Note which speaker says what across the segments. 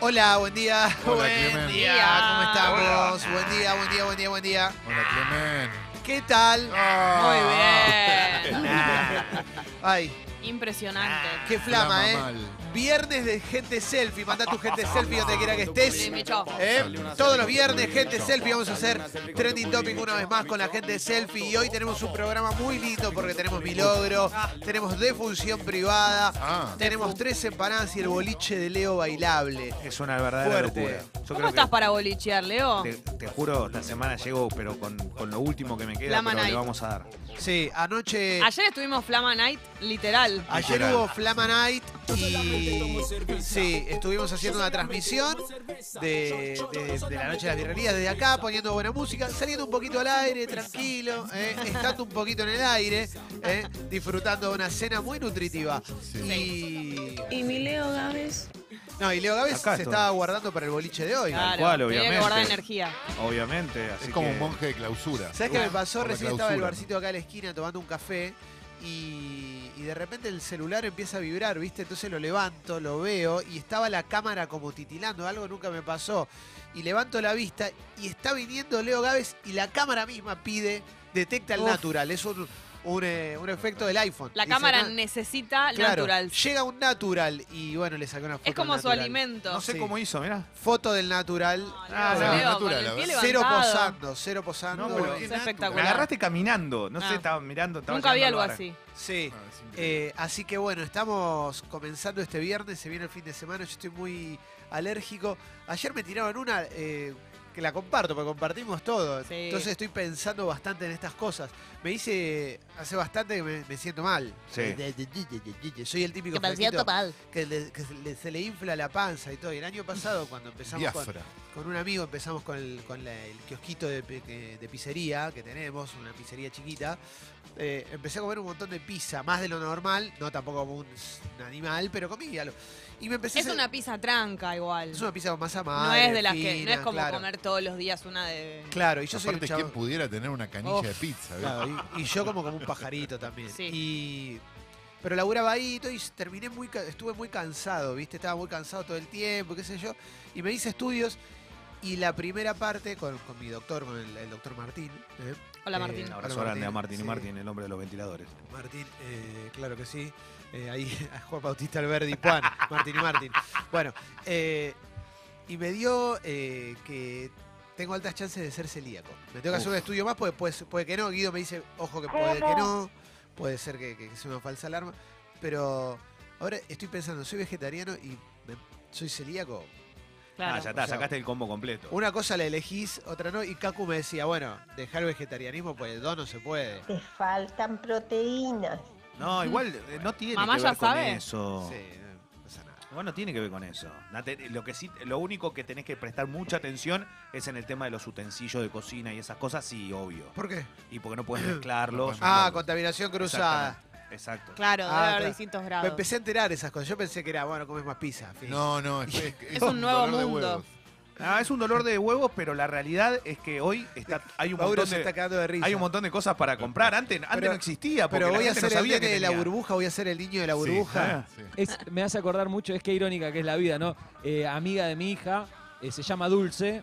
Speaker 1: Hola, buen día.
Speaker 2: Hola,
Speaker 1: buen
Speaker 2: Clemen.
Speaker 1: día. ¿Cómo estamos?
Speaker 3: Hola.
Speaker 1: Buen día, buen día, buen día, buen día.
Speaker 2: Hola,
Speaker 3: Ah.
Speaker 2: Clemen.
Speaker 1: ¿Qué tal?
Speaker 2: Ah.
Speaker 3: Muy bien.
Speaker 1: Ay,
Speaker 3: Impresionante.
Speaker 1: qué flama,
Speaker 2: Flama
Speaker 1: ¿eh?
Speaker 2: mal.
Speaker 1: Viernes de gente selfie. Mandá tu gente selfie donde quiera que estés.
Speaker 3: Sí, Micho.
Speaker 1: ¿Eh? Todos los viernes, gente selfie, vamos a hacer trending topic una vez más con la gente selfie. Y hoy tenemos un programa muy lindo porque tenemos Milogro, tenemos defunción privada,
Speaker 2: Ah,
Speaker 1: tenemos tres empanadas y el boliche de Leo bailable.
Speaker 4: Es una verdadera
Speaker 1: Fuerte.
Speaker 4: locura. Yo
Speaker 3: ¿Cómo estás para bolichear, Leo?
Speaker 4: te, te juro, la semana llegó, pero con, con lo último que me queda,
Speaker 3: Flama
Speaker 4: pero le
Speaker 3: Night.
Speaker 4: vamos a dar.
Speaker 1: Sí, anoche.
Speaker 3: Ayer estuvimos Flama Night, literal.
Speaker 1: Ayer hubo Flama Night y sí, estuvimos haciendo una transmisión de, de- de la noche de las birrerías desde acá, poniendo buena música, saliendo un poquito al aire, tranquilo, eh, estando un poquito en el aire, eh, disfrutando de una cena muy nutritiva. Y,
Speaker 5: Y mi Leo Gámez
Speaker 1: no, y Leo Gávez
Speaker 4: Acá
Speaker 1: se
Speaker 4: estoy.
Speaker 1: estaba guardando para el boliche de hoy.
Speaker 5: Ah,
Speaker 3: Claro, tenía
Speaker 4: cual,
Speaker 3: que
Speaker 4: obviamente.
Speaker 3: guardar energía.
Speaker 4: Obviamente, así
Speaker 2: es como
Speaker 4: que-
Speaker 2: un monje de clausura.
Speaker 1: ¿Sabes qué me pasó?
Speaker 2: Por la
Speaker 1: Recién estaba el
Speaker 2: clausura.
Speaker 1: barcito acá a la esquina tomando un café y, y de repente el celular empieza a vibrar, ¿viste? Entonces lo levanto, lo veo y estaba la cámara como titilando, algo nunca me pasó. Y levanto la vista y está viniendo Leo Gávez y la cámara misma pide, detecta el
Speaker 3: Uf.
Speaker 1: natural, es un, un, eh, un efecto del iPhone.
Speaker 3: La
Speaker 1: Dice,
Speaker 3: cámara
Speaker 1: "Na-
Speaker 3: necesita
Speaker 1: claro,
Speaker 3: natural.
Speaker 1: Llega un natural y bueno, le saqué una foto.
Speaker 3: Es como
Speaker 1: al
Speaker 3: su
Speaker 1: natural.
Speaker 3: alimento.
Speaker 4: No sé
Speaker 1: Sí.
Speaker 4: cómo hizo, mirá.
Speaker 1: Foto del natural.
Speaker 3: No,
Speaker 2: Ah,
Speaker 3: Leo,
Speaker 2: no,
Speaker 3: Leo, con
Speaker 2: natural,
Speaker 3: el
Speaker 2: a
Speaker 3: pie
Speaker 2: ver.
Speaker 1: Cero
Speaker 3: levantado.
Speaker 1: posando, cero posando.
Speaker 4: No, pero
Speaker 1: Bueno,
Speaker 3: Es
Speaker 2: natural.
Speaker 4: La
Speaker 3: espectacular.
Speaker 4: agarraste caminando, no
Speaker 3: Ah.
Speaker 4: sé, estaba mirando. estaba
Speaker 3: Nunca vi
Speaker 4: llegando
Speaker 3: algo
Speaker 4: al bar.
Speaker 3: así.
Speaker 1: Sí.
Speaker 2: Ah, es increíble.
Speaker 1: Eh, así que bueno, estamos comenzando este viernes, se viene el fin de semana, yo estoy muy alérgico. Ayer me tiraban una eh, que la comparto, porque compartimos todo.
Speaker 3: Sí.
Speaker 1: Entonces estoy pensando bastante en estas cosas. Me dice, hace bastante que me, me siento mal. Eh,
Speaker 4: Sí.
Speaker 1: Soy el típico flaquito
Speaker 3: mal.
Speaker 1: que, le- que se, le, se le infla la panza y todo. Y el año pasado, cuando empezamos con,
Speaker 2: Biafra.
Speaker 1: con un amigo empezamos con el, con la- el kiosquito de, pe- que- de pizzería que tenemos, una pizzería chiquita. Eh, empecé a comer un montón de pizza, más de lo normal, no tampoco como un, s- un animal, pero comí algo. Y me empecé
Speaker 3: Es
Speaker 1: a-
Speaker 3: una pizza tranca igual.
Speaker 1: es una pizza con masa
Speaker 3: No
Speaker 1: madre,
Speaker 3: es de las que. No es
Speaker 1: fina,
Speaker 3: como
Speaker 1: claro.
Speaker 3: comer todos los días una de.
Speaker 1: Claro, y yo soy un
Speaker 2: Aparte, ¿quién
Speaker 1: chavo.
Speaker 2: pudiera tener una canilla
Speaker 3: Uf,
Speaker 2: de pizza? ¿ves?
Speaker 1: claro, y, y yo como como un pajarito también.
Speaker 3: Sí.
Speaker 1: Y pero laburaba ahí y todo, y terminé muy ca- estuve muy cansado, ¿viste? Estaba muy cansado todo el tiempo, qué sé yo. Y me hice estudios y la primera parte con, con mi doctor, con el, el doctor Martín, ¿eh?
Speaker 3: Hola
Speaker 1: Eh,
Speaker 3: Martín.
Speaker 4: Un
Speaker 1: no.
Speaker 4: abrazo
Speaker 1: Hola,
Speaker 4: grande a
Speaker 1: Martín.
Speaker 4: Martín y
Speaker 1: Sí.
Speaker 4: Martín, el hombre de los ventiladores.
Speaker 1: Martín, eh, claro que sí. Eh, ahí a Juan Bautista Alberdi, Juan, Martín y Martín. Bueno, eh, y me dio eh, que tengo altas chances de ser celíaco. Me tengo que hacer
Speaker 2: Uf.
Speaker 1: un estudio más, porque puede, puede que no. Guido me dice, ojo que puede que no. Puede ser que, que sea una falsa alarma. Pero ahora estoy pensando, soy vegetariano y me- soy celíaco.
Speaker 4: Ah, ya
Speaker 3: Claro.
Speaker 4: está,
Speaker 1: O sea,
Speaker 4: sacaste el combo completo.
Speaker 1: Una cosa la elegís, otra no. Y Kaku me decía, bueno, dejar el vegetarianismo, pues el don no se puede.
Speaker 6: Te faltan proteínas.
Speaker 4: No, igual eh, no tiene
Speaker 3: Mamá
Speaker 4: que
Speaker 3: ya
Speaker 4: ver con
Speaker 3: sabe.
Speaker 4: eso.
Speaker 1: Sí, no pasa nada.
Speaker 4: Igual no tiene que ver con eso. La te- Lo, que sí, lo único que tenés que prestar mucha atención es en el tema de los utensilios de cocina y esas cosas, sí, obvio.
Speaker 1: ¿Por qué?
Speaker 4: Y porque no puedes mezclarlos.
Speaker 1: Ah, contaminación cruzada.
Speaker 4: Exactamente, Exacto.
Speaker 3: Claro,
Speaker 1: Ah,
Speaker 3: debe haber
Speaker 1: claro.
Speaker 3: distintos
Speaker 1: Me
Speaker 3: grados.
Speaker 1: empecé a enterar esas cosas. Yo pensé que era, bueno, comes más pizza. fin.
Speaker 2: No, no, es, es-
Speaker 3: Es un nuevo
Speaker 2: dolor de
Speaker 3: mundo.
Speaker 2: huevos.
Speaker 4: Ah, es un dolor de huevos, pero la realidad es que hoy está, hay un
Speaker 1: Mauro
Speaker 4: montón
Speaker 1: se está
Speaker 4: de.
Speaker 1: cagando de risa.
Speaker 4: Hay un montón de cosas para comprar. Antes, antes
Speaker 1: Pero-
Speaker 4: no existía, porque
Speaker 1: Pero
Speaker 4: la
Speaker 1: voy a
Speaker 4: gente no
Speaker 1: ser el
Speaker 4: sabía
Speaker 1: nene
Speaker 4: que
Speaker 1: de la
Speaker 4: tenía.
Speaker 1: burbuja, voy a ser el niño de la
Speaker 2: Sí, Ah,
Speaker 1: burbuja.
Speaker 2: sí.
Speaker 7: Es- me hace acordar mucho, es que irónica que es la vida, ¿no? Eh, amiga de mi hija, eh, se llama Dulce,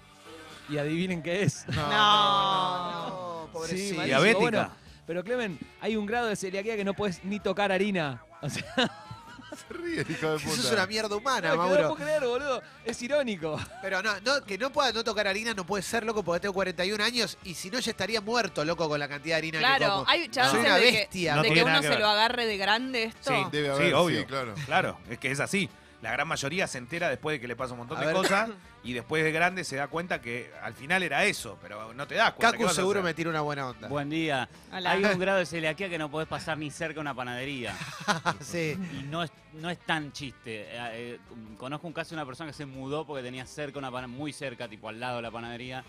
Speaker 7: y adivinen qué es.
Speaker 3: No.
Speaker 1: No, pobrecito.
Speaker 7: malísimo.
Speaker 4: Diabética.
Speaker 7: Bueno, pero Clemen, hay un grado de celiaquía que no puedes ni tocar harina. O sea,
Speaker 2: Se ríe, el hijo de
Speaker 1: Eso es
Speaker 2: puta.
Speaker 1: una mierda humana,
Speaker 7: que no lo puedo
Speaker 1: Mauro.
Speaker 7: creer, boludo. Es irónico.
Speaker 1: Pero no, no, que no pueda no tocar harina no puede ser, loco, porque tengo 41 años y si no ya estaría muerto, loco, con la cantidad de harina que
Speaker 3: Claro,
Speaker 1: como.
Speaker 3: hay chances
Speaker 1: Soy una
Speaker 3: de que-
Speaker 1: bestia.
Speaker 3: de
Speaker 4: No
Speaker 3: que,
Speaker 4: tiene
Speaker 3: uno
Speaker 4: nada que
Speaker 3: se
Speaker 4: ver.
Speaker 3: lo agarre de grande esto.
Speaker 4: Sí.
Speaker 2: Debe
Speaker 4: Sí,
Speaker 2: haber, sí,
Speaker 4: obvio.
Speaker 2: claro.
Speaker 4: Claro, es que es así. La gran mayoría se entera después de que le pasa un montón
Speaker 1: A
Speaker 4: de
Speaker 1: ver.
Speaker 4: cosas y después de grande se da cuenta que al final era eso, pero no te das cuenta. ¿qué
Speaker 1: Cacu
Speaker 4: vas a
Speaker 1: seguro me
Speaker 4: hacer?
Speaker 1: tira una buena onda.
Speaker 8: Buen día.
Speaker 3: Hola.
Speaker 8: Hay un grado de celiaquía que no podés pasar ni cerca de una panadería.
Speaker 1: sí.
Speaker 8: Y no es, no es tan chiste. Eh, eh, conozco un caso de una persona que se mudó porque tenía cerca una pana- muy cerca, tipo al lado de la panadería.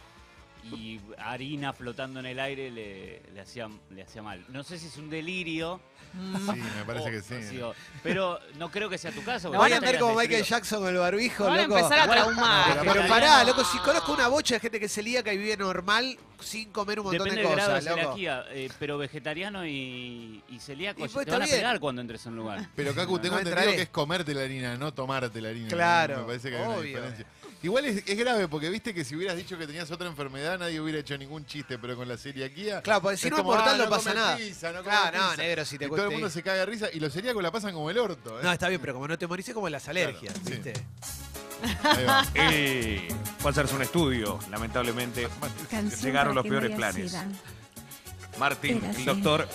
Speaker 8: Y harina flotando en el aire le, le hacía, le hacía mal. No sé si es un delirio.
Speaker 3: Mm.
Speaker 2: Sí, me parece
Speaker 8: o-
Speaker 1: Oh,
Speaker 2: que
Speaker 8: o
Speaker 2: sí.
Speaker 8: o- pero no creo que sea tu caso.
Speaker 1: No
Speaker 8: porque
Speaker 1: van a
Speaker 8: no
Speaker 1: andar
Speaker 8: estarías
Speaker 1: como
Speaker 8: de
Speaker 1: Michael
Speaker 8: frío.
Speaker 1: Jackson con el barbijo,
Speaker 3: Van a
Speaker 1: loco.
Speaker 3: empezar a
Speaker 8: Bueno,
Speaker 2: Ah,
Speaker 3: traumar.
Speaker 1: Pero, pero
Speaker 8: Vegetariano.
Speaker 1: pará, loco, si conozco una bocha de gente que es celíaca y vive normal, sin comer un montón
Speaker 8: Depende
Speaker 1: de
Speaker 8: del grado de
Speaker 1: cosas, loco.
Speaker 8: celiaquía, eh, pero vegetariano y, y celíaco
Speaker 1: Y
Speaker 8: se
Speaker 1: pues
Speaker 8: te
Speaker 1: está
Speaker 8: van a
Speaker 1: bien.
Speaker 8: pegar cuando entres a un lugar.
Speaker 2: Pero Cacu, tengo
Speaker 1: No
Speaker 2: entendido
Speaker 1: entraré.
Speaker 2: que es comerte la harina, no tomarte la harina.
Speaker 1: Claro,
Speaker 2: Me parece que hay una
Speaker 1: obvio.
Speaker 2: diferencia. Igual es, es grave, porque viste que si hubieras dicho que tenías otra enfermedad, nadie hubiera hecho ningún chiste, pero con la celiaquía.
Speaker 1: Claro, porque si
Speaker 2: es
Speaker 1: no es
Speaker 2: como,
Speaker 1: mortal
Speaker 2: ah,
Speaker 1: no,
Speaker 2: no
Speaker 1: pasa
Speaker 2: comes
Speaker 1: nada.
Speaker 2: pizza, no comes
Speaker 1: claro, no,
Speaker 2: pizza.
Speaker 1: negro, si te
Speaker 2: y todo el
Speaker 1: cuesta-
Speaker 2: mundo se caga de risa. Y los celíacos la pasan como el orto, ¿eh?
Speaker 1: No, está bien, pero como no te morís es como las alergias,
Speaker 2: sí.
Speaker 1: ¿viste?
Speaker 2: Ahí va.
Speaker 4: Eh, fue a hacerse un estudio, lamentablemente.
Speaker 5: Canción
Speaker 4: Llegaron
Speaker 5: para
Speaker 4: los
Speaker 5: que
Speaker 4: peores
Speaker 5: no haya
Speaker 4: planes.
Speaker 5: ansiedad.
Speaker 4: Martín,
Speaker 5: Era
Speaker 4: el
Speaker 5: así.
Speaker 4: doctor,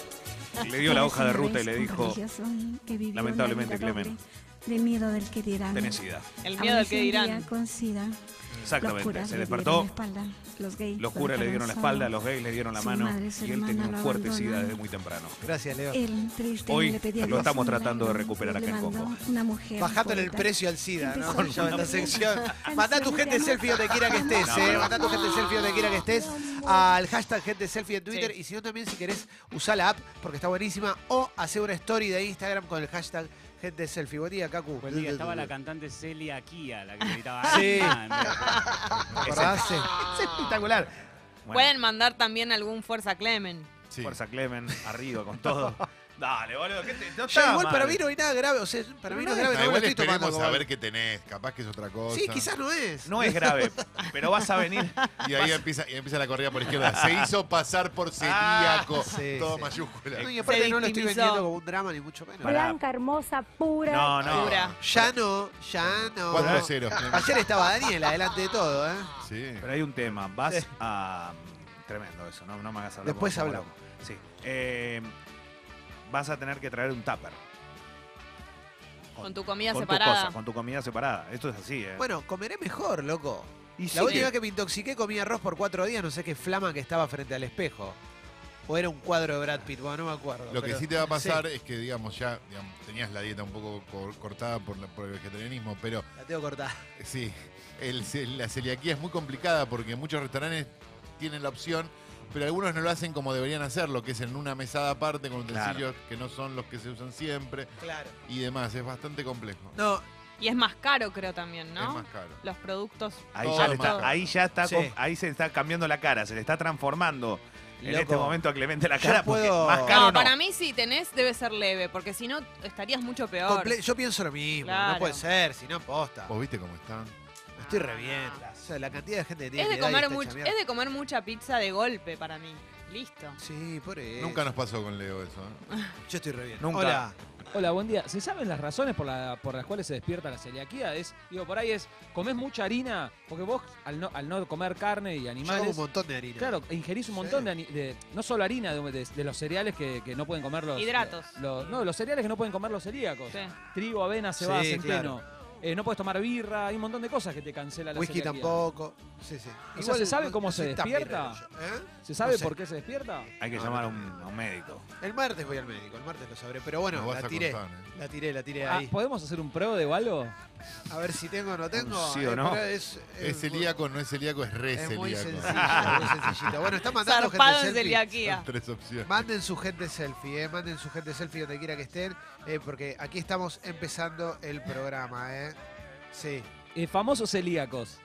Speaker 4: le dio la
Speaker 5: Era
Speaker 4: hoja de
Speaker 5: una
Speaker 4: ruta y
Speaker 5: vez
Speaker 4: le
Speaker 5: un
Speaker 4: dijo,
Speaker 5: religioso que vivió una
Speaker 4: lamentablemente,
Speaker 5: vida doble
Speaker 4: Clemen.
Speaker 5: De miedo del que dirán.
Speaker 4: tenés sida.
Speaker 3: El miedo al que
Speaker 5: Amanecí un día
Speaker 3: dirán.
Speaker 5: Con sida. Los
Speaker 4: Exactamente,
Speaker 5: curas
Speaker 4: se
Speaker 5: le
Speaker 4: despertó.
Speaker 5: dieron la espalda, Los gays
Speaker 4: Los curas le dieron la espalda, los gays le dieron la
Speaker 5: Su
Speaker 4: mano
Speaker 5: madre, su
Speaker 4: y él
Speaker 5: hermana
Speaker 4: tenía un
Speaker 5: lo
Speaker 4: fuerte
Speaker 5: abandonó.
Speaker 4: sida desde muy temprano.
Speaker 1: Gracias, Leo.
Speaker 5: El triste
Speaker 4: Hoy
Speaker 5: le pedía
Speaker 4: lo
Speaker 5: a Dios
Speaker 4: estamos
Speaker 5: un
Speaker 4: tratando de
Speaker 5: milagro
Speaker 4: recuperar
Speaker 5: y
Speaker 4: acá
Speaker 5: le
Speaker 4: en
Speaker 5: mandó
Speaker 4: Congo.
Speaker 5: Una mujer
Speaker 1: Bajándole el
Speaker 5: poeta.
Speaker 1: precio al SIDA, ¿no?
Speaker 5: eh, Empezó
Speaker 1: Ya en la
Speaker 5: con-
Speaker 1: sección. Mandá tu gente selfie donde quiera que estés,
Speaker 4: No,
Speaker 1: ¿eh?
Speaker 4: no.
Speaker 1: Mandá tu gente selfie donde quiera que estés. Al hashtag gente selfie en Twitter.
Speaker 3: Sí.
Speaker 1: Y si no, también si querés, usá la app porque está buenísima. O hacer una story de Instagram con el hashtag gente selfie. Buen día, Cacu.
Speaker 8: Buen día, Pues estaba la cantante Celia Kia, la que gritaba.
Speaker 1: Sí.
Speaker 8: "Ah,
Speaker 1: ¿Te acordás? Sí.
Speaker 4: Es espectacular. Bueno,
Speaker 3: Pueden mandar también algún Fuerza Clemen.
Speaker 2: Sí.
Speaker 4: Fuerza Clemen, arriba con todo. Dale, boludo, ¿qué te, no
Speaker 1: Yo
Speaker 4: está
Speaker 1: igual para
Speaker 4: mal.
Speaker 1: mí no hay nada grave. O sea, para mí no es
Speaker 2: Ah,
Speaker 1: grave. No me lo
Speaker 2: igual
Speaker 1: estoy tomando
Speaker 2: esperemos
Speaker 1: como
Speaker 2: a
Speaker 1: algo.
Speaker 2: ver qué tenés. Capaz que es otra cosa.
Speaker 1: Sí, quizás no es.
Speaker 4: No es grave, pero vas a venir.
Speaker 2: Y ahí empieza, y empieza la corrida por izquierda. Se hizo pasar por celíaco.
Speaker 1: Ah, sí,
Speaker 2: todo
Speaker 1: sí.
Speaker 2: mayúscula.
Speaker 1: No, y aparte no lo estoy
Speaker 3: victimizó.
Speaker 1: vendiendo como un drama, ni mucho menos.
Speaker 4: Pará. Blanca,
Speaker 5: hermosa, pura.
Speaker 4: No, no.
Speaker 3: Pura.
Speaker 1: Ya no, ya no.
Speaker 2: 4-0.
Speaker 1: Ayer estaba Daniela delante de todo, ¿eh?
Speaker 2: Sí.
Speaker 4: Pero hay un tema, vas
Speaker 1: Sí.
Speaker 4: a... mm, Tremendo eso, no, no me hagas hablar.
Speaker 1: Después
Speaker 4: como-
Speaker 1: hablamos.
Speaker 4: Sí. Eh, vas a tener que traer un tupper.
Speaker 3: Con tu comida
Speaker 4: con
Speaker 3: separada.
Speaker 4: Tu cosa, con tu comida separada. Esto es así, ¿eh?
Speaker 1: Bueno, comeré mejor, loco.
Speaker 4: y
Speaker 1: La
Speaker 4: sí
Speaker 1: última
Speaker 4: que-
Speaker 1: vez que me intoxiqué comí arroz por cuatro días, no sé qué flama que estaba frente al espejo. O era un cuadro de Brad Pitt, bueno, no me acuerdo.
Speaker 2: Lo que
Speaker 1: pero-
Speaker 2: sí te va a pasar es que, digamos, ya digamos, tenías la dieta un poco cor- cortada por, la- por el vegetarianismo, pero
Speaker 1: La tengo cortada.
Speaker 2: sí, el ce- la celiaquía es muy complicada porque muchos restaurantes tienen la opción, pero algunos no lo hacen como deberían hacerlo, que es en una mesada aparte con
Speaker 4: Claro.
Speaker 2: utensilios que no son los que se usan siempre
Speaker 1: Claro.
Speaker 2: y demás. Es bastante complejo.
Speaker 1: No,
Speaker 3: Y es más caro, creo también,
Speaker 2: Es
Speaker 3: ¿no?
Speaker 2: más caro.
Speaker 3: Los productos.
Speaker 4: Ahí
Speaker 2: Todo
Speaker 4: ya, le
Speaker 2: más
Speaker 4: está,
Speaker 2: caro.
Speaker 4: ahí ya está,
Speaker 1: Sí.
Speaker 4: com- ahí se está cambiando la cara, se le está transformando en
Speaker 1: Loco.
Speaker 4: este momento a Clemente la cara. porque
Speaker 1: puedo-
Speaker 4: Más caro
Speaker 3: No,
Speaker 4: no.
Speaker 3: para mí si tenés debe ser leve, porque si no estarías mucho peor.
Speaker 1: comple- yo pienso lo mismo, no
Speaker 3: Claro.
Speaker 1: puede ser, si no posta.
Speaker 2: ¿Vos viste cómo están?
Speaker 1: Estoy
Speaker 7: Ah.
Speaker 1: re bien. O sea, la cantidad de gente que tiene
Speaker 3: es de
Speaker 1: mi edad y
Speaker 3: comer
Speaker 1: está
Speaker 3: mucho,
Speaker 1: chambeando.
Speaker 3: es de comer mucha pizza de golpe para mí. Listo.
Speaker 1: Sí, por eso.
Speaker 2: Nunca nos pasó con Leo eso. ¿eh?
Speaker 1: Yo estoy re bien.
Speaker 4: Nunca.
Speaker 1: Hola.
Speaker 7: Hola, buen día. ¿Se saben las razones por, la- por las cuales se despierta la celiaquía? Es, digo, por ahí es, comés mucha harina, porque vos al no, al no comer carne y
Speaker 1: Yo como
Speaker 7: animales,
Speaker 1: un montón de harina.
Speaker 7: claro, ingerís un montón
Speaker 1: Sí.
Speaker 7: de, ani- de- no solo harina, de, de- de los cereales que, que no pueden comer los...
Speaker 3: Hidratos.
Speaker 7: los- no, los cereales que no pueden comer los celíacos.
Speaker 3: Sí.
Speaker 7: Trigo, avena, cebada,
Speaker 1: Sí,
Speaker 7: centeno. Eh, no puedes tomar birra, hay un montón de cosas que te cancela la
Speaker 1: Whisky
Speaker 7: celiaquía.
Speaker 1: tampoco. Sí, sí.
Speaker 7: O sea, ¿se sabe
Speaker 1: no-
Speaker 7: cómo
Speaker 1: no
Speaker 7: se
Speaker 1: soy tan
Speaker 7: despierta?
Speaker 1: virrello, ¿eh?
Speaker 7: ¿Se sabe
Speaker 1: No sé.
Speaker 7: por qué se despierta?
Speaker 4: Hay que
Speaker 1: No,
Speaker 4: llamar
Speaker 1: no.
Speaker 4: a un, a un médico.
Speaker 1: El martes voy al médico, el martes lo sabré. Pero bueno,
Speaker 2: Nos vas
Speaker 1: la
Speaker 2: a
Speaker 1: tiré.
Speaker 2: contar, ¿eh?
Speaker 1: La tiré, la tiré
Speaker 7: Ah,
Speaker 1: ahí.
Speaker 7: ¿Podemos hacer un pro de o algo?
Speaker 1: A ver si tengo o no tengo.
Speaker 4: Un sí o
Speaker 1: Eh,
Speaker 4: no.
Speaker 1: pero Es,
Speaker 2: Es celíaco, no es celíaco, es re
Speaker 1: Es muy sencillo,
Speaker 2: celíaco.
Speaker 1: muy sencillito. Bueno, está mandando
Speaker 3: Zarpado
Speaker 1: gente
Speaker 3: en
Speaker 1: selfie.
Speaker 3: celiaquía.
Speaker 2: Tres opciones.
Speaker 1: Manden su gente selfie, eh, manden su gente selfie donde quiera que estén, eh, porque aquí estamos empezando el programa, ¿eh? Sí.
Speaker 7: Eh, famosos celíacos.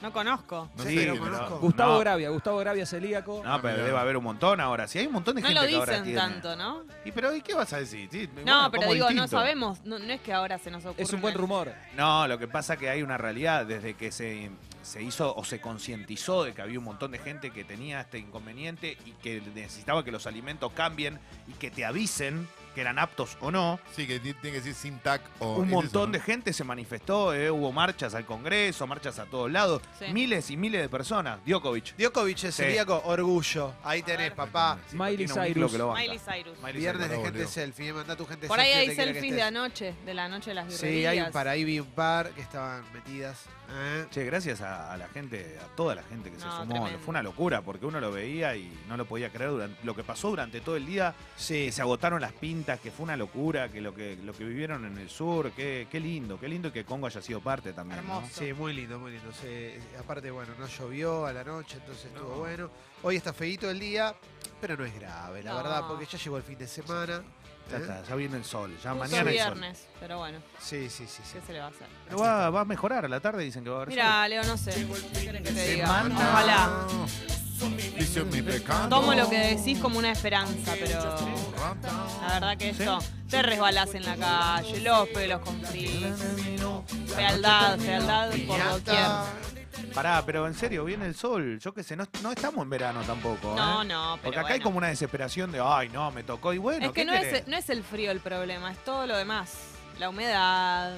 Speaker 3: No conozco.
Speaker 2: No
Speaker 1: Sí,
Speaker 2: sé,
Speaker 1: lo
Speaker 2: pero-
Speaker 1: conozco.
Speaker 7: Gustavo
Speaker 4: no.
Speaker 7: Gravia, Gustavo Gravia celíaco.
Speaker 4: No, pero
Speaker 2: mirá.
Speaker 4: debe haber un montón ahora. Sí, hay un montón de
Speaker 3: No
Speaker 4: gente
Speaker 3: lo
Speaker 4: que ahora
Speaker 3: dicen
Speaker 4: tiene.
Speaker 3: tanto, ¿no?
Speaker 4: ¿Y pero ¿y qué vas a decir? Sí, bueno,
Speaker 3: No, pero
Speaker 4: como
Speaker 3: digo, no
Speaker 4: distinto.
Speaker 3: sabemos. No, no es que ahora se nos ocurra.
Speaker 7: es un buen
Speaker 3: una-
Speaker 7: rumor.
Speaker 4: No, lo que pasa que hay una realidad desde que se, se hizo o se concientizó de que había un montón de gente que tenía este inconveniente y que necesitaba que los alimentos cambien y que te avisen que eran aptos o no.
Speaker 2: Sí, que ti- tiene que decir sin tac o.
Speaker 4: Un
Speaker 2: es
Speaker 4: montón
Speaker 2: eso,
Speaker 4: de gente se manifestó, eh, hubo marchas al Congreso, marchas a todos lados,
Speaker 3: Sí.
Speaker 4: miles y miles de personas. Djokovic.
Speaker 1: Djokovic es
Speaker 4: Sí.
Speaker 1: celíaco, orgullo. Ahí tenés, papá.
Speaker 2: Sí,
Speaker 7: Miley
Speaker 4: tiene un vínculo
Speaker 7: Cyrus.
Speaker 4: que lo banca.
Speaker 3: Miley Cyrus.
Speaker 4: Miley
Speaker 1: Viernes
Speaker 4: Cyrus.
Speaker 1: de
Speaker 2: Bravo,
Speaker 1: gente
Speaker 2: Leo.
Speaker 1: selfie, eh, mandá tu gente
Speaker 3: Por ahí
Speaker 1: selfie.
Speaker 3: hay
Speaker 1: donde quiera que
Speaker 3: selfies de
Speaker 1: estés.
Speaker 3: anoche, de la noche de las birrerías.
Speaker 1: Sí, hay un par, ahí vi un par que estaban metidas. ¿eh?
Speaker 4: Che, gracias a, a la gente, a toda la gente que se
Speaker 3: No,
Speaker 4: sumó.
Speaker 3: tremendo.
Speaker 4: Fue una locura porque uno lo veía y no lo podía creer durante lo que pasó durante todo el día.
Speaker 1: Sí.
Speaker 4: que se agotaron las pintas, que fue una locura, que lo que, lo que vivieron en el sur, qué, qué lindo, qué lindo que Congo haya sido parte también. ¿no?
Speaker 3: Hermoso.
Speaker 1: Sí, muy lindo, muy lindo. Se- aparte, bueno, no llovió a la noche, entonces estuvo bueno. Hoy está feito el día, pero no es grave, la
Speaker 3: No.
Speaker 1: verdad, porque ya llegó el fin de semana.
Speaker 4: Ya,
Speaker 1: ¿eh?
Speaker 4: está, ya viene el sol, ya
Speaker 3: Justo
Speaker 4: mañana el sol.
Speaker 3: viernes, pero bueno,
Speaker 1: Sí, sí, sí. sí.
Speaker 3: ¿qué se le va a hacer?
Speaker 4: Pero va, va a mejorar a la tarde, dicen que va a haber sol.
Speaker 3: Mira, Leo, no sé. ¿Qué quieren que te diga?
Speaker 4: Semana.
Speaker 3: Ojalá.
Speaker 2: No, Vicio es mi pecado.
Speaker 3: Tomo lo que decís como una esperanza, pero la verdad que
Speaker 4: Sí.
Speaker 3: eso, te resbalás en la calle, los pelos con frizz, fealdad, fealdad por doquier.
Speaker 4: Pará, pero en serio, viene el sol. Yo qué sé, no, no estamos en verano tampoco.
Speaker 3: No,
Speaker 4: ¿eh?
Speaker 3: no, pero
Speaker 4: Porque acá hay
Speaker 3: bueno.
Speaker 4: como una desesperación de, ay, no, me tocó y bueno.
Speaker 3: Es que
Speaker 4: ¿qué
Speaker 3: no es,
Speaker 4: querés?
Speaker 3: no es el frío el problema, es todo lo demás. La humedad.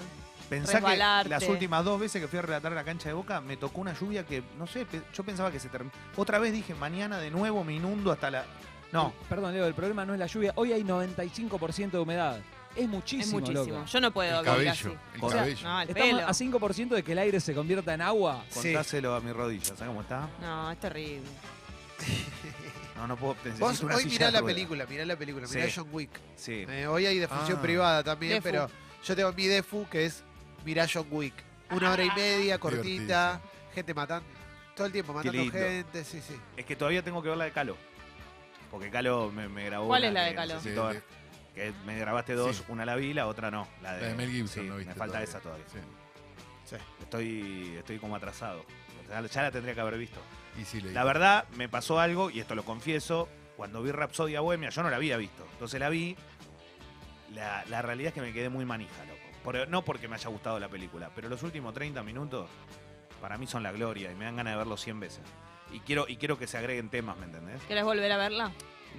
Speaker 4: Pensá que
Speaker 3: resbalarte.
Speaker 4: las últimas dos veces que fui a relatar a la cancha de Boca me tocó una lluvia que, no sé, pe- yo pensaba que se terminó. Otra vez dije, mañana de nuevo me inundo hasta la... No,
Speaker 7: Perdón, Leo, el problema no es la lluvia. Hoy hay 95% de humedad. Es muchísimo,
Speaker 3: Es muchísimo.
Speaker 7: loco.
Speaker 3: Yo no puedo
Speaker 2: El
Speaker 3: vivir
Speaker 2: cabello.
Speaker 3: así.
Speaker 2: El
Speaker 4: O sea,
Speaker 2: cabello.
Speaker 3: No, el
Speaker 7: Estamos
Speaker 3: pelo.
Speaker 7: a 5% de que el aire se convierta en agua.
Speaker 1: Sí.
Speaker 4: contáselo a mi rodilla, ¿sabes cómo está?
Speaker 3: No, es terrible.
Speaker 4: No, no puedo... necesito
Speaker 1: Vos
Speaker 4: una
Speaker 1: hoy
Speaker 4: silla
Speaker 1: mirá
Speaker 4: de
Speaker 1: la
Speaker 4: ruedas.
Speaker 1: película, mirá la película, mirá
Speaker 4: Sí.
Speaker 1: John Wick.
Speaker 4: Sí.
Speaker 1: Eh, hoy hay defunción
Speaker 2: Ah.
Speaker 1: privada también,
Speaker 3: Defu.
Speaker 1: pero yo tengo mi defu que es mirá John Wick. Una hora y media, cortita, gente matando. Todo el tiempo matando
Speaker 4: lindo.
Speaker 1: gente, sí, sí.
Speaker 4: Es que todavía tengo que ver la de Calo. Porque Calo me, me grabó.
Speaker 3: ¿Cuál
Speaker 4: una
Speaker 3: es la de
Speaker 4: que
Speaker 3: Calo?
Speaker 4: necesito
Speaker 2: Sí,
Speaker 4: ver. Que me grabaste dos,
Speaker 2: Sí.
Speaker 4: una la vi, la otra no. La de,
Speaker 2: La de Mel Gibson,
Speaker 4: sí,
Speaker 2: ¿no viste
Speaker 4: Me falta
Speaker 2: todavía?
Speaker 4: esa todavía.
Speaker 2: Sí.
Speaker 4: Estoy, estoy como atrasado. Ya, ya la tendría que haber visto.
Speaker 2: Y sí, leí.
Speaker 4: La verdad, me pasó algo, y esto lo confieso, cuando vi Rapsodia Bohemia, yo no la había visto. Entonces la vi. La, la realidad es que me quedé muy manija, loco. Por- no porque me haya gustado la película, pero los últimos 30 minutos para mí son la gloria y me dan ganas de verlo 100 veces. Y quiero, y quiero que se agreguen temas, ¿me entendés?
Speaker 3: ¿Querés volver a verla?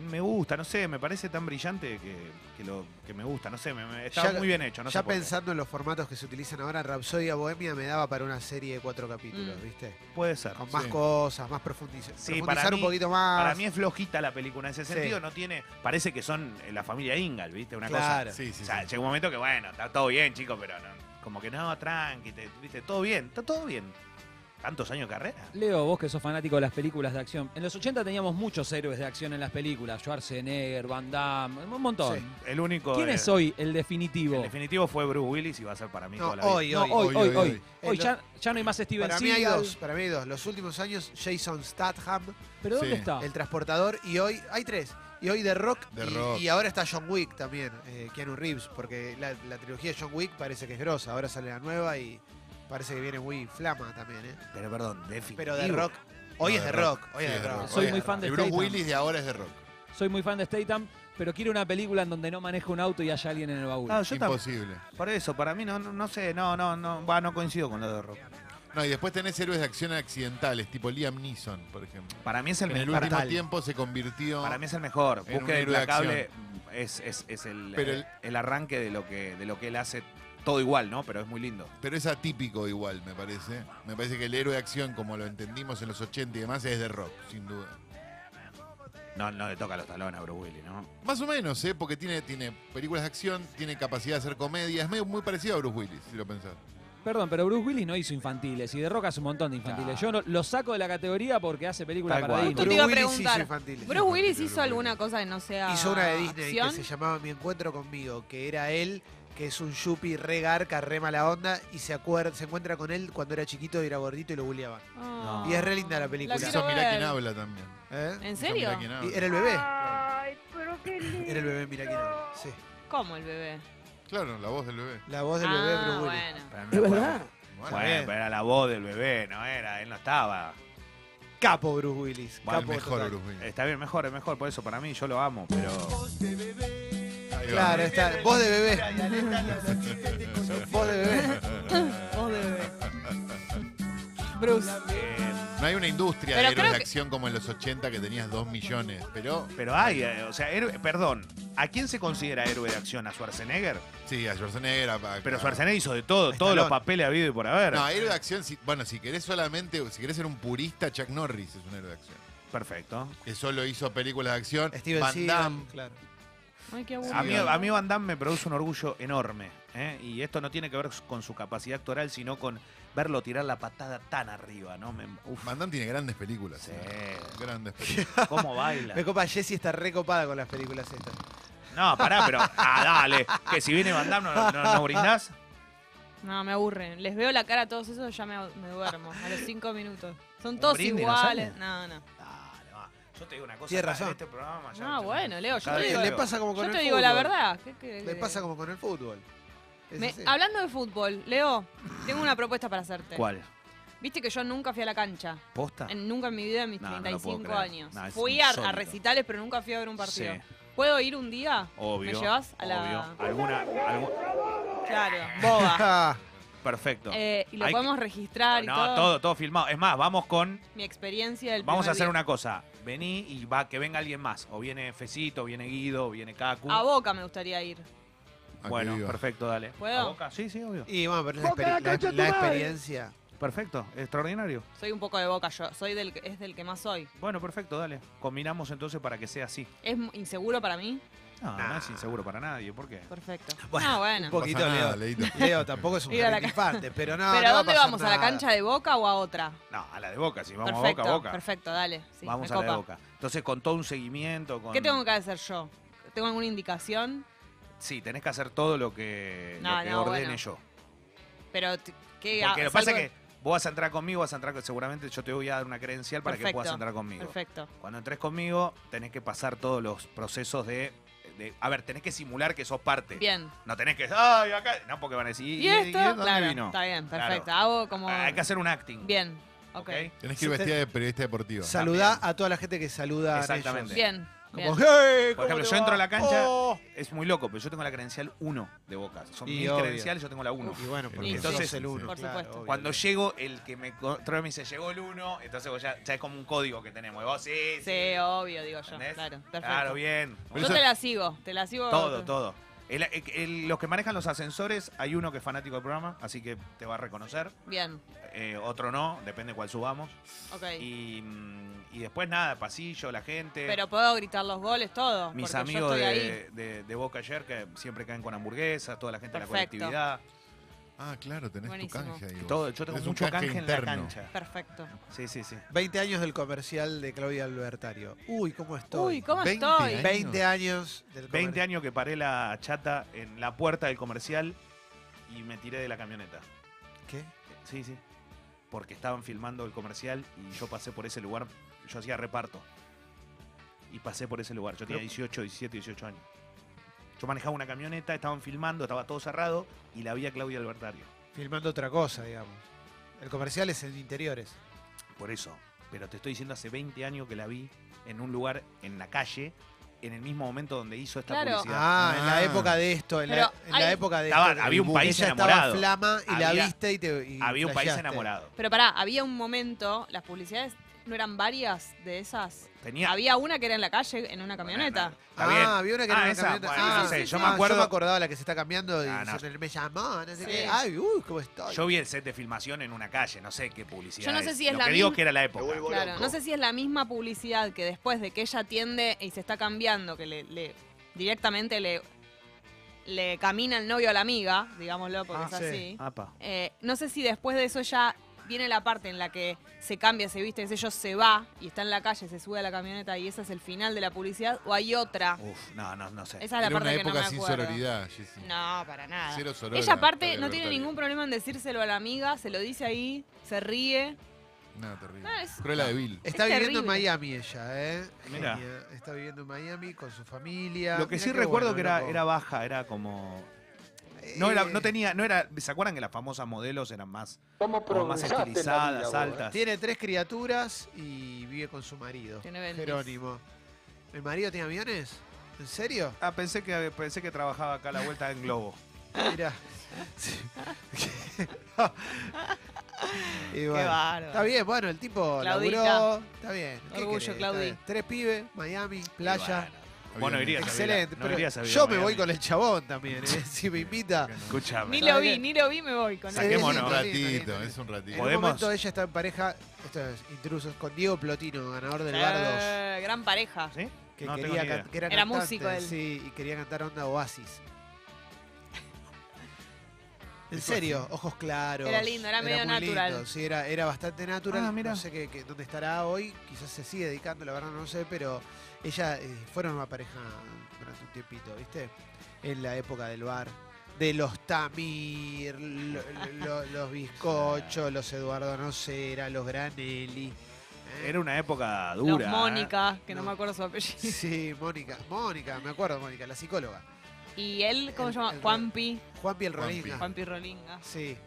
Speaker 4: Me gusta, no sé, me parece tan brillante que, que lo, que me gusta, no sé, me, me- está
Speaker 1: Ya-
Speaker 4: muy bien hecho, no
Speaker 1: ya
Speaker 4: sé por qué.
Speaker 1: pensando en los formatos que se utilizan ahora, Rapsodia Bohemia me daba para una serie de cuatro capítulos,
Speaker 3: Mm.
Speaker 1: ¿viste?
Speaker 4: Puede ser.
Speaker 1: Con más
Speaker 2: Sí.
Speaker 1: cosas, más profundización.
Speaker 4: Sí,
Speaker 1: profundizar
Speaker 4: para
Speaker 1: un
Speaker 4: mí-
Speaker 1: poquito más.
Speaker 4: Para mí es flojita la película, en ese
Speaker 1: Sí.
Speaker 4: sentido no tiene, parece que son eh, la familia Ingal, ¿viste? Una
Speaker 1: Claro.
Speaker 4: cosa.
Speaker 2: Sí, sí,
Speaker 4: o sea,
Speaker 2: sí.
Speaker 4: llega un momento que bueno, está todo bien, chicos, pero no, como que no, tranqui, te- ¿viste? Todo bien, está todo bien. Tantos años de carrera.
Speaker 7: Leo, vos que sos fanático de las películas de acción. En los 80 teníamos muchos héroes de acción en las películas. Schwarzenegger, Van Damme, un montón.
Speaker 1: Sí.
Speaker 4: El único
Speaker 7: ¿Quién
Speaker 4: eh,
Speaker 7: es hoy el
Speaker 4: El
Speaker 7: definitivo?
Speaker 4: definitivo fue Bruce Willis y va a ser para mí
Speaker 1: No,
Speaker 4: toda la vida.
Speaker 1: hoy,
Speaker 7: No,
Speaker 1: hoy,
Speaker 7: hoy, hoy, hoy. Hoy,
Speaker 1: El
Speaker 7: ya, ya no hay más Steven
Speaker 1: Para mí hay
Speaker 7: Seagal.
Speaker 1: dos, para mí hay dos. Los últimos años, Jason Statham,
Speaker 7: ¿Pero dónde
Speaker 2: Sí.
Speaker 3: Ah.
Speaker 7: está?
Speaker 1: el transportador, y hoy, hay tres. Y hoy The Rock,
Speaker 2: The
Speaker 1: y,
Speaker 2: Rock.
Speaker 1: y ahora está John Wick también, eh, Keanu Reeves, porque la, la trilogía de John Wick parece que es grosa. Ahora sale la nueva y parece que viene muy flama también, ¿eh?
Speaker 4: Pero perdón, definitivo.
Speaker 1: Pero The Rock, hoy
Speaker 2: No,
Speaker 1: es The
Speaker 2: The Rock.
Speaker 1: Rock, hoy
Speaker 2: Sí,
Speaker 1: es The
Speaker 2: es The
Speaker 1: Rock.
Speaker 2: Rock.
Speaker 1: hoy
Speaker 7: Soy
Speaker 1: es
Speaker 7: muy
Speaker 1: The
Speaker 7: fan
Speaker 1: Rock.
Speaker 7: de
Speaker 2: El Bruce
Speaker 7: Statham.
Speaker 2: Willis de ahora es de rock.
Speaker 7: Soy muy fan de Statham, pero quiero una película en donde no manejo un auto y haya alguien en el baúl.
Speaker 4: Ah, yo tam-
Speaker 2: Imposible.
Speaker 4: Por eso, para mí no, no, no sé, no, no, no, va, no coincido con lo de Rock.
Speaker 2: No, y después tenés héroes de acción accidentales, tipo Liam Neeson, por ejemplo.
Speaker 4: Para mí es el
Speaker 2: en el
Speaker 4: mejor.
Speaker 2: último
Speaker 4: Para-
Speaker 2: tiempo se convirtió.
Speaker 4: Para mí es el mejor.
Speaker 2: En un
Speaker 4: Búsqueda
Speaker 2: héroe de
Speaker 4: implacable es, es- es el,
Speaker 2: Pero
Speaker 4: eh,
Speaker 2: el-
Speaker 4: el, arranque de lo, que, de lo que él hace. Todo igual, ¿no? Pero es muy lindo.
Speaker 2: Pero es atípico igual, me parece. Me parece que el héroe de acción, como lo entendimos en los 80 y demás, es de rock, sin duda.
Speaker 4: No, no le toca los talones a Bruce Willis, ¿no?
Speaker 2: Más o menos, ¿eh? Porque tiene, tiene películas de acción, tiene capacidad de hacer comedia. Es medio, muy parecido a Bruce Willis, si lo pensás.
Speaker 7: Perdón, pero Bruce Willis no hizo infantiles y de Rock hace un montón de infantiles. Yo no- lo saco de la categoría porque hace películas
Speaker 4: Tal
Speaker 7: para
Speaker 4: cual.
Speaker 7: niños.
Speaker 3: te iba
Speaker 1: Bruce
Speaker 3: a
Speaker 1: Willis hizo
Speaker 3: preguntar.
Speaker 1: infantiles.
Speaker 3: ¿Bruce Willis
Speaker 2: Bruce
Speaker 3: hizo
Speaker 2: Willis.
Speaker 3: alguna cosa que no sea
Speaker 1: Hizo una de Disney
Speaker 3: acción?
Speaker 1: que se llamaba Mi Encuentro Conmigo, que era él, que es un yuppie re garca, re mala onda, y se, acuer- se encuentra con él cuando era chiquito y era gordito y lo bulleaban.
Speaker 3: Ah.
Speaker 1: Y es re linda la película.
Speaker 3: quiero
Speaker 2: Hizo Mirá
Speaker 3: ver.
Speaker 2: quién habla también.
Speaker 1: ¿Eh?
Speaker 3: ¿En
Speaker 2: Hizo
Speaker 3: serio?
Speaker 2: Mirá quién habla.
Speaker 1: Y era el bebé.
Speaker 6: Ay, pero qué lindo.
Speaker 1: Era el bebé, mira quién era. Sí.
Speaker 3: ¿Cómo el bebé?
Speaker 2: Claro, la voz del bebé.
Speaker 1: La voz del bebé,
Speaker 3: Ah,
Speaker 1: Bruce Willis.
Speaker 3: bueno.
Speaker 4: Pero no lo podemos-
Speaker 2: Bueno,
Speaker 4: Bueno, pero era la voz del bebé, no era, él no estaba.
Speaker 1: Capo Bruce Willis.
Speaker 2: el
Speaker 1: capo
Speaker 2: mejor
Speaker 1: total.
Speaker 2: Bruce Willis.
Speaker 4: Está bien, mejor, es mejor, por eso para mí yo lo amo, pero.
Speaker 2: Ahí va.
Speaker 1: Claro, está. Voz de bebé. voz de bebé.
Speaker 3: Voz de bebé. Bruce.
Speaker 4: eh,
Speaker 2: No hay una industria
Speaker 3: Pero
Speaker 2: de héroes
Speaker 3: creo
Speaker 2: de
Speaker 3: que-
Speaker 2: acción como en los 80 que tenías 2 millones, pero
Speaker 4: pero hay, eh, o sea, héroe- perdón, ¿a quién se considera héroe de acción? ¿A Schwarzenegger?
Speaker 2: sí, a Schwarzenegger. a- a-
Speaker 4: Pero
Speaker 2: a-
Speaker 4: Schwarzenegger hizo de todo,
Speaker 1: A
Speaker 4: todos los
Speaker 1: Stallone.
Speaker 4: papeles habido y por haber.
Speaker 2: No, héroe de acción, si- bueno, si querés solamente, si querés ser un purista, Chuck Norris es un héroe de acción.
Speaker 4: Perfecto.
Speaker 2: Que solo hizo películas de acción.
Speaker 1: Steven
Speaker 2: Van
Speaker 1: Seagal,
Speaker 2: Damme.
Speaker 1: claro.
Speaker 3: Ay, qué
Speaker 4: A mí,
Speaker 3: aburrido.
Speaker 4: a mí Van Damme me produce un orgullo enorme. ¿eh? Y esto no tiene que ver con su capacidad actoral, sino con verlo tirar la patada tan arriba, ¿no? Me- uf,
Speaker 2: Van Damme tiene grandes películas.
Speaker 4: Sí.
Speaker 2: ¿eh? Grandes películas.
Speaker 4: ¿Cómo baila?
Speaker 1: Me copa Jessie está recopada con las películas estas.
Speaker 4: No, pará, pero. Ah, dale. Que si viene Van Damme, ¿no, no, no brindás?
Speaker 3: No, me aburren. Les veo la cara a todos esos y ya me, me duermo. A los cinco minutos. Son
Speaker 4: Un
Speaker 3: todos
Speaker 4: brindis, ¿no
Speaker 3: iguales.
Speaker 4: sale?
Speaker 3: No, no.
Speaker 4: Dale, va. Yo te digo una cosa.
Speaker 1: Tienes
Speaker 4: acá,
Speaker 1: razón.
Speaker 4: en este programa ya-
Speaker 3: No, bueno, Leo, yo
Speaker 4: Cada
Speaker 3: te
Speaker 1: Eh,
Speaker 4: vez
Speaker 3: digo-
Speaker 4: que
Speaker 1: Le
Speaker 4: lo-
Speaker 1: pasa como con
Speaker 3: Yo
Speaker 1: el
Speaker 3: te digo
Speaker 1: fútbol.
Speaker 3: la verdad. ¿Qué, qué-
Speaker 1: Le pasa como con el fútbol. Es
Speaker 3: Me-
Speaker 1: así.
Speaker 3: hablando de fútbol, Leo, tengo una propuesta para hacerte.
Speaker 4: ¿Cuál?
Speaker 3: Viste que yo nunca fui a la cancha.
Speaker 4: ¿Posta?
Speaker 3: En- nunca en mi vida, en mis
Speaker 4: No, no lo puedo
Speaker 3: 35
Speaker 4: creer.
Speaker 3: años.
Speaker 4: No, es
Speaker 3: fui a, a
Speaker 4: insólito.
Speaker 3: recitales, pero nunca fui a ver un partido.
Speaker 4: Sí.
Speaker 3: ¿Puedo ir un día?
Speaker 4: Obvio.
Speaker 3: ¿Me llevas a la-
Speaker 4: obvio. Alguna, algu-
Speaker 3: Claro, boba.
Speaker 1: Ah,
Speaker 4: Perfecto.
Speaker 3: Eh, y lo
Speaker 4: Hay que-
Speaker 3: podemos registrar y
Speaker 4: no,
Speaker 3: todo.
Speaker 4: todo, todo filmado. Es más, vamos con
Speaker 3: Mi experiencia del
Speaker 4: Vamos
Speaker 3: primer
Speaker 4: a hacer
Speaker 3: día.
Speaker 4: una cosa. Vení y va que venga alguien más. O viene Fecito, o viene Guido, o viene Kaku.
Speaker 3: A Boca me gustaría ir.
Speaker 2: Ah,
Speaker 4: bueno,
Speaker 2: que viva.
Speaker 4: perfecto, dale.
Speaker 3: ¿Puedo?
Speaker 4: ¿A Boca? Sí, sí, obvio.
Speaker 1: y bueno, pero la, experi- la- la experiencia.
Speaker 4: Perfecto, extraordinario.
Speaker 3: Soy un poco de Boca yo. Soy del, es del que más soy.
Speaker 4: Bueno, perfecto, dale. Combinamos entonces para que sea así.
Speaker 3: ¿Es mu- inseguro para mí?
Speaker 4: No, no es inseguro para nadie. ¿por qué?
Speaker 3: Perfecto.
Speaker 1: Bueno,
Speaker 3: ah, bueno.
Speaker 1: Un poquito,
Speaker 2: pasa nada,
Speaker 1: Leo.
Speaker 2: Leito.
Speaker 1: Leo tampoco es un
Speaker 3: Ir a la
Speaker 1: gran infante, pero
Speaker 4: Ah,
Speaker 1: no.
Speaker 3: ¿Pero
Speaker 1: no
Speaker 3: a
Speaker 1: va
Speaker 3: dónde
Speaker 1: pasar
Speaker 3: vamos? ¿A la
Speaker 1: nada.
Speaker 3: cancha de Boca o a otra?
Speaker 4: No, a la de Boca, sí. Vamos
Speaker 3: perfecto,
Speaker 4: a Boca, a Boca.
Speaker 3: perfecto, dale. Sí,
Speaker 4: vamos
Speaker 3: me
Speaker 4: a la de
Speaker 3: copa.
Speaker 4: Boca. Entonces, con todo un seguimiento. Con...
Speaker 3: ¿Qué tengo que hacer yo? ¿Tengo alguna indicación?
Speaker 4: Sí, tenés que hacer todo lo que,
Speaker 3: No,
Speaker 4: lo que
Speaker 3: no,
Speaker 4: ordene
Speaker 3: bueno.
Speaker 4: yo.
Speaker 3: Pero, t- ¿qué hago?
Speaker 4: Porque lo que pasa es
Speaker 3: ¿Salgo-
Speaker 4: que vos vas a entrar conmigo, vas a entrar con- seguramente yo te voy a dar una credencial para que
Speaker 3: Perfecto,
Speaker 4: puedas entrar conmigo.
Speaker 3: Perfecto.
Speaker 4: Cuando entres conmigo, tenés que pasar todos los procesos de. de- a ver, tenés que simular que sos parte.
Speaker 3: Bien.
Speaker 4: No tenés que. ¡Ay, acá! No, porque van a decir.
Speaker 3: ¿Y, esto?
Speaker 4: dónde
Speaker 3: claro,
Speaker 4: vino?
Speaker 3: está bien,
Speaker 4: Claro.
Speaker 3: perfecto. Hago como...
Speaker 4: Ah, Hay que hacer un acting.
Speaker 3: Bien,
Speaker 4: ¿ok?
Speaker 3: ok.
Speaker 2: Tenés que ir vestida de periodista deportivo.
Speaker 1: Saludá a toda la gente que saluda. a
Speaker 4: Exactamente.
Speaker 1: ellos.
Speaker 3: Bien,
Speaker 1: Como,
Speaker 3: bien.
Speaker 1: "Hey, ¿cómo
Speaker 4: Por ejemplo,
Speaker 1: te
Speaker 4: yo entro
Speaker 1: va?
Speaker 4: a la cancha.
Speaker 1: Oh".
Speaker 4: Es muy loco, pero yo tengo la credencial 1 de Boca. Son
Speaker 1: Y
Speaker 4: mil
Speaker 1: obvio.
Speaker 4: credenciales, yo tengo la 1.
Speaker 1: Y bueno, porque
Speaker 4: Entonces,
Speaker 1: sos el uno.
Speaker 3: por
Speaker 1: claro,
Speaker 3: supuesto.
Speaker 1: obvio.
Speaker 4: Cuando llego, el que me controla me dice, llegó el 1, entonces vos ya, ya es como un código que tenemos. Y vos, sí, sí.
Speaker 3: Sí, obvio, digo yo.
Speaker 4: ¿entendés?
Speaker 3: Claro, perfecto.
Speaker 4: Claro, bien.
Speaker 3: Yo te la sigo, te la sigo.
Speaker 4: Todo, todo. El- el- el- los que manejan los ascensores, hay uno que es fanático del programa, así que te va a reconocer.
Speaker 3: Bien,
Speaker 4: Eh, otro no, depende cuál subamos.
Speaker 3: ok.
Speaker 4: Y, mm, y después nada, pasillo, la gente.
Speaker 3: Pero puedo gritar los goles, todo.
Speaker 4: mis
Speaker 3: porque
Speaker 4: amigos
Speaker 3: yo estoy
Speaker 4: de, de- de Boca ayer que siempre caen con hamburguesas, toda la gente
Speaker 3: Perfecto.
Speaker 4: de la colectividad.
Speaker 2: Ah, claro, tenés
Speaker 3: Buenísimo.
Speaker 2: tu canje ahí. vos.
Speaker 4: Todo, yo tengo
Speaker 2: Tenés un
Speaker 4: mucho canje, en la
Speaker 2: interno.
Speaker 4: cancha.
Speaker 3: ahí. Perfecto.
Speaker 4: Sí, sí, sí.
Speaker 1: 20 años del comercial de Claudia Albertario. Uy, ¿cómo estoy?
Speaker 3: Uy, ¿cómo
Speaker 2: 20
Speaker 3: estoy?
Speaker 2: años.
Speaker 1: 20 años del comercial.
Speaker 4: 20 años que paré la chata en la puerta del comercial y me tiré de la camioneta.
Speaker 1: ¿Qué?
Speaker 4: Sí, sí. Porque estaban filmando el comercial y yo pasé por ese lugar. Yo hacía reparto. Y pasé por ese lugar. Yo tenía 18, 17, 18 años. Yo manejaba una camioneta, estaban filmando, estaba todo cerrado y la vi a Claudia Albertario.
Speaker 1: Filmando otra cosa, digamos. El comercial es en interiores.
Speaker 4: Por eso. Pero te estoy diciendo hace 20 años que la vi en un lugar, en la calle, en el mismo momento donde hizo esta
Speaker 3: Claro.
Speaker 4: publicidad.
Speaker 1: Ah, en la
Speaker 2: Ah.
Speaker 1: época de esto, en, la,
Speaker 3: Pero
Speaker 1: en la
Speaker 3: hay-
Speaker 1: época de
Speaker 4: Estaba-
Speaker 1: esto.
Speaker 4: había un
Speaker 1: Ella
Speaker 4: país
Speaker 1: estaba
Speaker 4: enamorado.
Speaker 1: flama y la
Speaker 4: Había-
Speaker 1: viste y te y
Speaker 4: Había un país
Speaker 1: flasheaste.
Speaker 4: enamorado.
Speaker 3: Pero pará, había un momento, las publicidades no eran varias de esas.
Speaker 4: Tenía.
Speaker 3: Había una que era en la calle, en una camioneta.
Speaker 4: Bueno, está bien.
Speaker 1: Ah, había una que
Speaker 4: Ah,
Speaker 1: era una
Speaker 4: esa,
Speaker 1: camioneta.
Speaker 4: bueno,
Speaker 1: Ah,
Speaker 4: no sé,
Speaker 1: sí,
Speaker 4: yo
Speaker 1: sí.
Speaker 4: me
Speaker 1: Ah,
Speaker 4: acuerdo-
Speaker 1: Yo me acordaba la que se está cambiando y
Speaker 4: Ah, no.
Speaker 1: se- me llamó, no sé
Speaker 3: Sí.
Speaker 1: qué. Ay, uy, cómo estoy.
Speaker 4: Yo vi el set de filmación en una calle, no sé qué publicidad.
Speaker 3: Yo no sé si es
Speaker 4: Lo
Speaker 3: la
Speaker 4: que digo
Speaker 3: misma-
Speaker 4: que era la época.
Speaker 3: Claro, no sé si es la misma publicidad que después de que ella atiende y se está cambiando, que le, le- directamente le, le camina el novio a la amiga, digámoslo, porque
Speaker 1: Ah,
Speaker 3: es
Speaker 1: sí.
Speaker 3: así.
Speaker 4: Apa.
Speaker 3: Eh, no sé si después de eso ya viene la parte en la que se cambia, se viste, qué sé yo, se va y está en la calle, se sube a la camioneta y ese es el final de la publicidad, o hay otra.
Speaker 4: Uf, no, no, no sé.
Speaker 3: Esa es la
Speaker 2: Era
Speaker 3: parte
Speaker 2: una
Speaker 3: que no
Speaker 2: época
Speaker 3: me
Speaker 2: sin
Speaker 3: acuerdo.
Speaker 2: sororidad, Jessy.
Speaker 3: No, para nada.
Speaker 2: Cero sorora,
Speaker 3: Ella aparte
Speaker 2: Claudia
Speaker 3: no tiene
Speaker 2: Bertoldi.
Speaker 3: ningún problema en decírselo a la amiga, se lo dice ahí, se ríe.
Speaker 2: No, terrible.
Speaker 3: No, es-
Speaker 2: Cruella de Vil.
Speaker 1: Está
Speaker 3: es
Speaker 1: viviendo en
Speaker 3: terrible.
Speaker 1: Miami ella, ¿eh?
Speaker 4: Mirá.
Speaker 1: Genia. Está viviendo en Miami con su familia.
Speaker 4: Lo que
Speaker 1: Mirá
Speaker 4: sí
Speaker 1: qué
Speaker 4: recuerdo
Speaker 1: bueno,
Speaker 4: que era,
Speaker 1: loco.
Speaker 4: era baja, era como. No, era, no
Speaker 1: Eh,
Speaker 4: tenía, no era. ¿Se acuerdan que las famosas modelos eran más, como más estilizadas, altas?
Speaker 1: Tiene tres criaturas y vive con su marido,
Speaker 3: Tiene bendis.
Speaker 1: Jerónimo. ¿El marido tiene aviones? ¿En serio?
Speaker 4: Ah, pensé que pensé que trabajaba acá a la vuelta en Globo.
Speaker 1: Mira. y bueno,
Speaker 3: bárbaro.
Speaker 1: Está bien, bueno, el tipo
Speaker 3: Claudita.
Speaker 1: laburó. Está bien. ¿qué
Speaker 3: Orgullo,
Speaker 1: querés? Está
Speaker 3: Claudi.
Speaker 1: bien. Tres pibes, Miami, playa.
Speaker 4: Y Bueno, vos no irías a
Speaker 1: Excelente.
Speaker 4: Vila- no
Speaker 1: pero
Speaker 4: irías a Vila
Speaker 1: yo me
Speaker 4: Miami.
Speaker 1: voy con el chabón también, ¿eh? si me invita.
Speaker 4: Escúchame.
Speaker 3: Ni lo
Speaker 1: Está
Speaker 3: vi,
Speaker 1: bien.
Speaker 3: ni lo vi, me voy con
Speaker 1: Sí,
Speaker 3: él.
Speaker 2: Es
Speaker 4: Saquémonos.
Speaker 2: un
Speaker 1: Bueno.
Speaker 2: ratito, es un ratito.
Speaker 1: En
Speaker 4: Podemos-
Speaker 1: un momento ella está en pareja, esto es intrusos, con Diego Plotino, ganador del Bar 2.
Speaker 3: Eh, gran pareja.
Speaker 4: ¿Sí?
Speaker 1: que
Speaker 4: No tengo
Speaker 1: quería
Speaker 4: ni idea.
Speaker 1: can- que era,
Speaker 3: Era
Speaker 1: cantante,
Speaker 3: músico él.
Speaker 1: Sí, y quería cantar onda Oasis. En serio, ojos claros.
Speaker 3: Era lindo, era medio
Speaker 1: muy lindo,
Speaker 3: natural.
Speaker 1: sí, era, era bastante natural.
Speaker 4: Ah, mira.
Speaker 1: No sé qué- qué- dónde estará hoy, quizás se sigue dedicando, la verdad no sé, pero ella eh, fueron una pareja durante un tiempito, ¿viste? En la época del bar. De los Tamir, lo- lo- los bizcochos, los Eduardo Nocera, los Granelli. ¿eh?
Speaker 4: Era una época
Speaker 3: Los
Speaker 4: dura. ¿eh?
Speaker 3: Mónica, que no.
Speaker 1: No.
Speaker 3: me acuerdo su apellido.
Speaker 1: Sí, Mónica, Mónica, me acuerdo, Mónica, la psicóloga.
Speaker 3: Y él, ¿cómo
Speaker 1: El-
Speaker 3: se llama?
Speaker 1: el-
Speaker 3: Juanpi.
Speaker 1: Juan Piel
Speaker 4: Ah.
Speaker 2: Juanpi.
Speaker 1: Rodríguez.
Speaker 3: Juanpi Rolinga.
Speaker 1: Sí.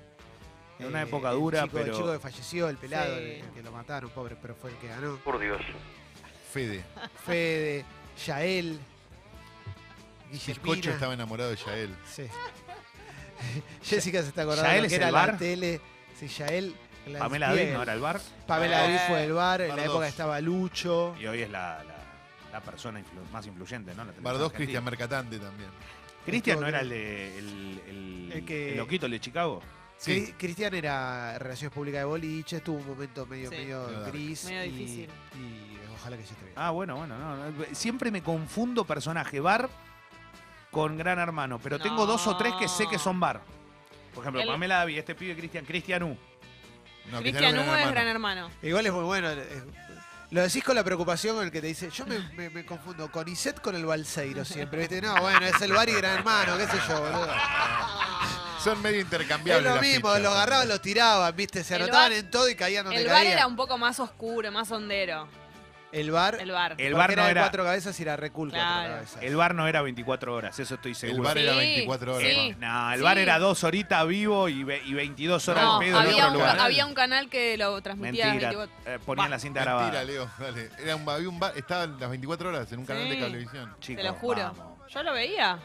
Speaker 4: En una
Speaker 1: Eh,
Speaker 4: época
Speaker 1: el
Speaker 4: dura,
Speaker 1: chico-
Speaker 4: pero-
Speaker 1: El chico que falleció, el pelado,
Speaker 3: Sí.
Speaker 1: el- el que lo mataron, pobre, pero fue el que ganó.
Speaker 2: Fede.
Speaker 1: Fede, Yael,
Speaker 2: Bizcocho
Speaker 1: Guillermina.
Speaker 2: estaba enamorado de Yael.
Speaker 1: Sí. Jessica se está acordando
Speaker 4: ¿Yael
Speaker 1: que
Speaker 4: es
Speaker 1: era
Speaker 4: el
Speaker 1: la
Speaker 4: bar?
Speaker 1: tele. Sí, Yael. la
Speaker 4: Pamela
Speaker 1: espiel.
Speaker 4: Adin no era el bar
Speaker 3: Ah,
Speaker 1: Pamela Adin fue del bar. En la
Speaker 2: Bardos.
Speaker 1: época estaba Lucho.
Speaker 4: y hoy es la, la- la persona influ- más influyente, ¿no? En la televisión
Speaker 2: Bardos
Speaker 4: argentina.
Speaker 2: Cristian Mercatante también.
Speaker 4: Cristian no era el, de- el, el-
Speaker 1: El que-
Speaker 4: el loquito el de Chicago.
Speaker 2: Sí.
Speaker 1: Cri- Cristian era Relaciones Públicas de Boliche. Tuvo un momento medio,
Speaker 3: Sí.
Speaker 1: medio
Speaker 2: Medio dark.
Speaker 1: gris.
Speaker 3: Medio
Speaker 1: y-
Speaker 3: difícil.
Speaker 1: Y, ojalá que ya esté bien.
Speaker 4: Ah, bueno, bueno, no, no, Siempre me confundo personaje bar con Gran Hermano, pero tengo
Speaker 3: No.
Speaker 4: dos o tres que sé que son bar. Por ejemplo,
Speaker 3: El-
Speaker 4: Pamela Davi, este pibe Cristian, Cristian U.
Speaker 2: No,
Speaker 3: Cristian
Speaker 2: Cristiano
Speaker 3: Hugo es
Speaker 2: Hermano.
Speaker 3: gran hermano.
Speaker 1: Igual es muy bueno. eh, Lo decís con la preocupación con el que te dice, yo me, me- me confundo con Iset con el Balseiro siempre, ¿viste? No, bueno, es el bar y gran hermano, qué sé yo, boludo.
Speaker 2: Son medio
Speaker 1: Es
Speaker 2: intercambiables.
Speaker 1: lo
Speaker 2: las
Speaker 1: mismo,
Speaker 2: fichas.
Speaker 1: los agarraban, los tiraban, ¿viste? Se
Speaker 3: El
Speaker 1: anotaban
Speaker 3: bar-
Speaker 1: en todo y caían donde
Speaker 3: El bar
Speaker 1: caían.
Speaker 3: era un poco más oscuro, más hondero.
Speaker 1: El bar,
Speaker 3: El bar.
Speaker 4: Eh, El
Speaker 1: porque
Speaker 4: bar no
Speaker 1: de
Speaker 4: era.
Speaker 1: cuatro cabezas y era recul cuatro
Speaker 3: Claro.
Speaker 1: cabezas.
Speaker 4: El bar no era 24 horas, eso estoy
Speaker 2: El
Speaker 4: seguro.
Speaker 2: bar era
Speaker 3: Sí,
Speaker 2: 24 horas.
Speaker 3: sí.
Speaker 2: ¿no?
Speaker 4: No, el
Speaker 3: Sí.
Speaker 4: bar era dos horitas vivo y, ve- y 22 horas
Speaker 3: No,
Speaker 4: al pedo en
Speaker 3: había
Speaker 4: otro
Speaker 3: un,
Speaker 4: lugar.
Speaker 3: había un canal que lo transmitía
Speaker 4: Mentira.
Speaker 3: a las 24.
Speaker 4: eh, ponían
Speaker 3: Bah.
Speaker 4: la cinta
Speaker 2: Mentira,
Speaker 4: grabada.
Speaker 2: Leo. Dale. Era un, había un bar, estaba las 24 horas en un canal de
Speaker 3: Sí.
Speaker 2: cablevisión.
Speaker 4: Chicos,
Speaker 3: Te lo juro.
Speaker 4: vamos.
Speaker 3: Yo lo veía.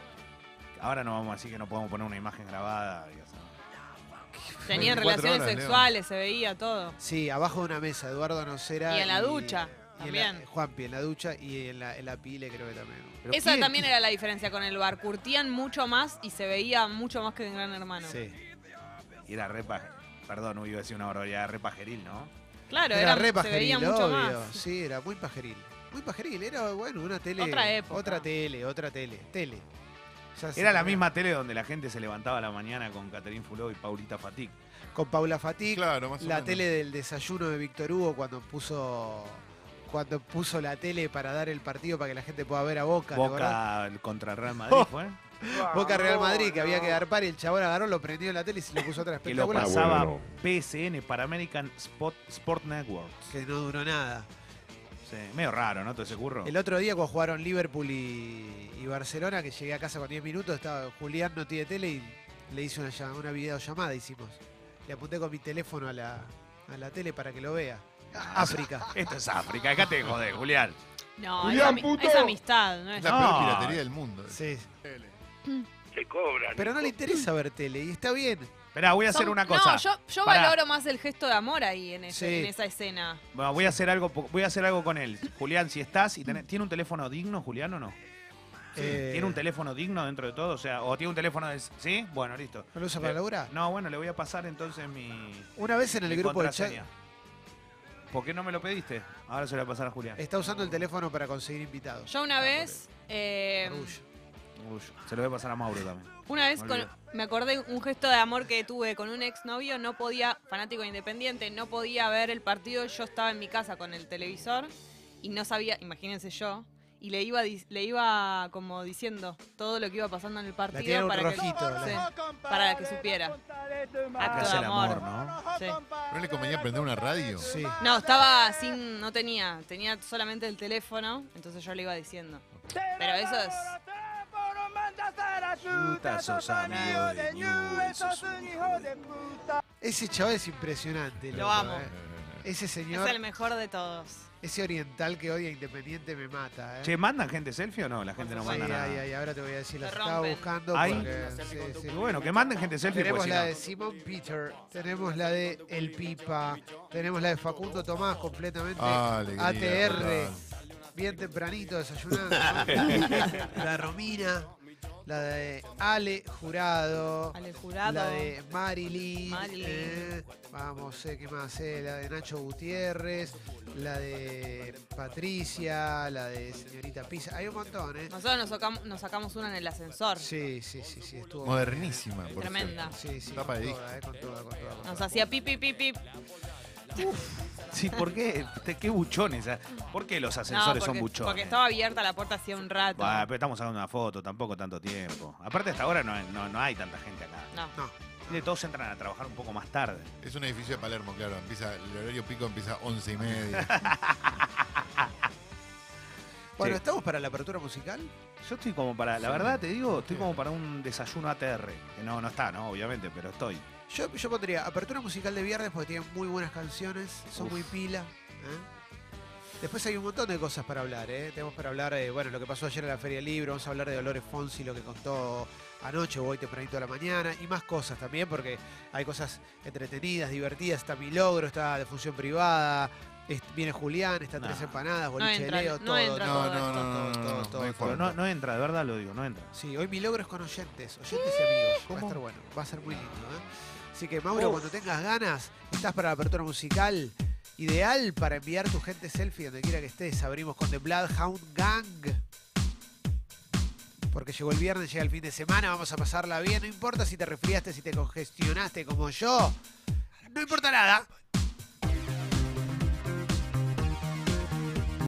Speaker 4: Ahora no vamos a decir que no podemos poner una imagen grabada. y hacer-
Speaker 3: Tenían
Speaker 2: 24
Speaker 3: relaciones
Speaker 2: horas, Leo.
Speaker 3: sexuales, se veía todo.
Speaker 1: Sí, abajo de una mesa, Eduardo Nocera.
Speaker 3: Y en la ducha,
Speaker 1: y en la-
Speaker 3: también.
Speaker 1: Juanpi, en la ducha y en la, en la pile creo que también.
Speaker 4: Pero
Speaker 3: Esa
Speaker 4: ¿quién-
Speaker 3: también era la diferencia con el bar. Curtían mucho más y se veía mucho más que en Gran Hermano.
Speaker 1: Sí.
Speaker 4: Y era re paje- Perdón, iba a decir una barbaridad, re pajeril, ¿no?
Speaker 3: Claro,
Speaker 1: Era
Speaker 3: eran-
Speaker 1: re
Speaker 3: se
Speaker 1: pajeril,
Speaker 3: veía mucho
Speaker 1: obvio.
Speaker 3: más.
Speaker 1: Sí, era muy pajeril. Muy pajeril, era bueno, una tele.
Speaker 3: Otra época.
Speaker 1: Otra tele, otra tele, tele. Ya se-
Speaker 4: Era la misma tele donde la gente se levantaba a la mañana con Catherine Fuló y Paulita Fatic.
Speaker 1: Con Paula Fatic,
Speaker 2: Claro, más o
Speaker 1: la
Speaker 2: menos.
Speaker 1: tele del desayuno de Víctor Hugo cuando puso cuando puso la tele para dar el partido para que la gente pueda ver a Boca. ¿te acordás?
Speaker 4: Boca contra Real Madrid, ¿fue? ¿eh?
Speaker 1: Boca Real Madrid, que había que
Speaker 6: dar
Speaker 1: garpar y el chabón agarró, lo prendió en la tele y se lo puso otra
Speaker 4: Que lo
Speaker 1: espectacular.
Speaker 4: pasaba PSN para American Spot, Sport Network.
Speaker 1: Que no duró nada.
Speaker 4: Sí, medio raro, ¿no? Todo ese curro.
Speaker 1: El otro día cuando jugaron Liverpool y, y Barcelona, que llegué a casa con 10 minutos, estaba Julián no tiene tele y le hice una, llama- una videollamada, hicimos. Le apunté con mi teléfono a la, a la tele para que lo vea.
Speaker 4: Ah.
Speaker 1: África.
Speaker 4: Esto es África, acá te jode, Julián.
Speaker 3: No,
Speaker 2: Julián,
Speaker 3: esa, ami-
Speaker 2: puto.
Speaker 3: esa amistad, ¿no
Speaker 2: Es
Speaker 3: es?
Speaker 2: la
Speaker 4: No.
Speaker 2: peor piratería del mundo.
Speaker 1: Sí.
Speaker 3: Mm.
Speaker 9: Te cobran.
Speaker 1: Pero no le interesa ver tele y está bien.
Speaker 4: Esperá, voy a hacer
Speaker 3: Son-
Speaker 4: una cosa.
Speaker 3: No, yo, yo
Speaker 4: Pará.
Speaker 3: valoro más el gesto de amor ahí en, ese-
Speaker 1: Sí.
Speaker 3: en esa escena.
Speaker 4: Bueno, voy a hacer algo, po- voy a hacer algo con él. Julián, si estás y tenés- ¿tiene un teléfono digno, Julián, o no?
Speaker 1: Eh,
Speaker 4: ¿Tiene un teléfono digno dentro de todo? O sea, o tiene un teléfono de. ¿Sí? Bueno, listo.
Speaker 1: ¿No lo usa para
Speaker 4: Eh,
Speaker 1: laburar?
Speaker 4: No, bueno, le voy a pasar entonces mi.
Speaker 1: Una vez en el
Speaker 4: mi
Speaker 1: grupo de chat
Speaker 4: contraseña. ¿Por qué no me lo pediste? Ahora se lo voy a pasar a Julián.
Speaker 1: está usando el teléfono para conseguir invitados.
Speaker 3: Yo una vez, eh,
Speaker 1: Orgullo.
Speaker 4: Uy, se lo voy a pasar a Mauro también.
Speaker 3: una vez
Speaker 4: Me
Speaker 3: con-
Speaker 4: olvidé.
Speaker 3: me acordé un gesto de amor que tuve con un exnovio, no podía, fanático de independiente, no podía ver el partido, yo estaba en mi casa con el televisor y no sabía, imagínense yo, y le iba, di- le iba como diciendo todo lo que iba pasando en el
Speaker 1: La tiene
Speaker 3: partido
Speaker 1: un
Speaker 3: para
Speaker 1: rojito.
Speaker 3: que,
Speaker 1: la-
Speaker 3: sí, para que supiera.
Speaker 4: Acá
Speaker 3: Acto
Speaker 4: es el
Speaker 3: de amor.
Speaker 4: amor, ¿no?
Speaker 3: Sí.
Speaker 2: ¿No le convenía prender una radio?
Speaker 1: Sí.
Speaker 3: No, estaba sin, no tenía, tenía solamente el teléfono, entonces yo le iba diciendo. Pero eso es,
Speaker 4: Puta, sos amigo de Newell's, sos un hijo de-
Speaker 1: Ese chaval es impresionante.
Speaker 3: Lo
Speaker 1: loco,
Speaker 3: amo.
Speaker 1: eh. Ese señor,
Speaker 3: es el mejor de todos.
Speaker 1: ese oriental que odia Independiente me mata. eh.
Speaker 4: Che, ¿mandan gente selfie o no? La gente no
Speaker 1: Sí,
Speaker 4: manda nada.
Speaker 1: ay, ay, ahora te voy a decir, la
Speaker 3: Se
Speaker 1: estaba
Speaker 3: rompen.
Speaker 1: buscando.
Speaker 4: Ay.
Speaker 1: porque- sí, sí.
Speaker 4: Y bueno, que manden gente selfie.
Speaker 1: Tenemos
Speaker 4: Porque si no-
Speaker 1: la de Simón Peter, tenemos la de El Pipa, tenemos la de Facundo Tomás completamente.
Speaker 2: Ah, alegría,
Speaker 1: ATR,
Speaker 2: total.
Speaker 1: bien tempranito desayunando. ¿no? la Romina, la de Ale Jurado.
Speaker 3: Al jurado.
Speaker 1: La de Marilyn.
Speaker 3: Marilyn.
Speaker 1: eh, vamos, eh, ¿qué más? eh? la de Nacho Gutiérrez, la de Patricia, la de señorita Pisa. Hay un montón, ¿eh?
Speaker 3: Nosotros nos sacamos, nos sacamos una en el ascensor.
Speaker 1: Sí, sí, sí, sí. Estuvo
Speaker 2: Modernísima. por
Speaker 3: Tremenda.
Speaker 1: Sí, sí.
Speaker 2: Tapa
Speaker 1: con
Speaker 2: de disco.
Speaker 1: toda, eh, con toda, con toda, con
Speaker 3: Nos
Speaker 1: toda.
Speaker 3: hacía pip, pip, pip, pip.
Speaker 4: Sí, ¿por qué? Te- Qué buchones. ah. ¿Por qué los
Speaker 3: No,
Speaker 4: ascensores son
Speaker 3: porque-
Speaker 4: buchones?
Speaker 1: eh.
Speaker 3: Porque estaba abierta la puerta hacía un rato.
Speaker 4: Bah, pero estamos sacando una foto, tampoco tanto tiempo. Aparte, hasta ahora no, hay- no- no hay tanta gente acá.
Speaker 3: No.
Speaker 4: Y todos entran a trabajar un poco más tarde.
Speaker 2: Es un edificio de Palermo, claro. Empieza, el horario pico empieza a 11 y media.
Speaker 1: Bueno,
Speaker 4: Sí.
Speaker 1: ¿estamos para la apertura musical?
Speaker 4: Yo estoy como para, la verdad te digo, estoy como para un desayuno ATR. Que no, no está, ¿no? Obviamente, pero estoy.
Speaker 1: Yo, yo pondría apertura musical de viernes porque tienen muy buenas canciones, son muy pila. ¿eh? Después hay un montón de cosas para hablar. ¿eh? Tenemos para hablar, eh, bueno, lo que pasó ayer en la Feria del Libro, vamos a hablar de Dolores Fonsi, lo que contó anoche o hoy tempranito a la mañana y más cosas también porque hay cosas entretenidas, divertidas. Está Mi Logro, está de función privada, es- viene Julián, está
Speaker 4: No.
Speaker 1: Tres Empanadas,
Speaker 3: No
Speaker 1: Boliche
Speaker 3: entra,
Speaker 1: Leo,
Speaker 3: no
Speaker 1: todo.
Speaker 3: entra
Speaker 1: todo,
Speaker 2: No,
Speaker 3: todo
Speaker 2: no,
Speaker 3: esto.
Speaker 2: no, no, no, no,
Speaker 1: todo,
Speaker 2: no hay
Speaker 1: todo.
Speaker 4: Pero
Speaker 2: forma.
Speaker 4: no, no entra, de verdad lo digo, no entra.
Speaker 1: Sí, hoy mi logro es con oyentes, oyentes y amigos. Va a estar bueno, va a ser muy lindo. ¿eh? Así que, Mauro, cuando tengas ganas, estás para la apertura musical. Ideal para enviar tu gente selfie donde quiera que estés. Abrimos con The Bloodhound Gang. Porque llegó el viernes, llega el fin de semana, vamos a pasarla bien. No importa si te resfriaste, si te congestionaste como yo. No importa nada.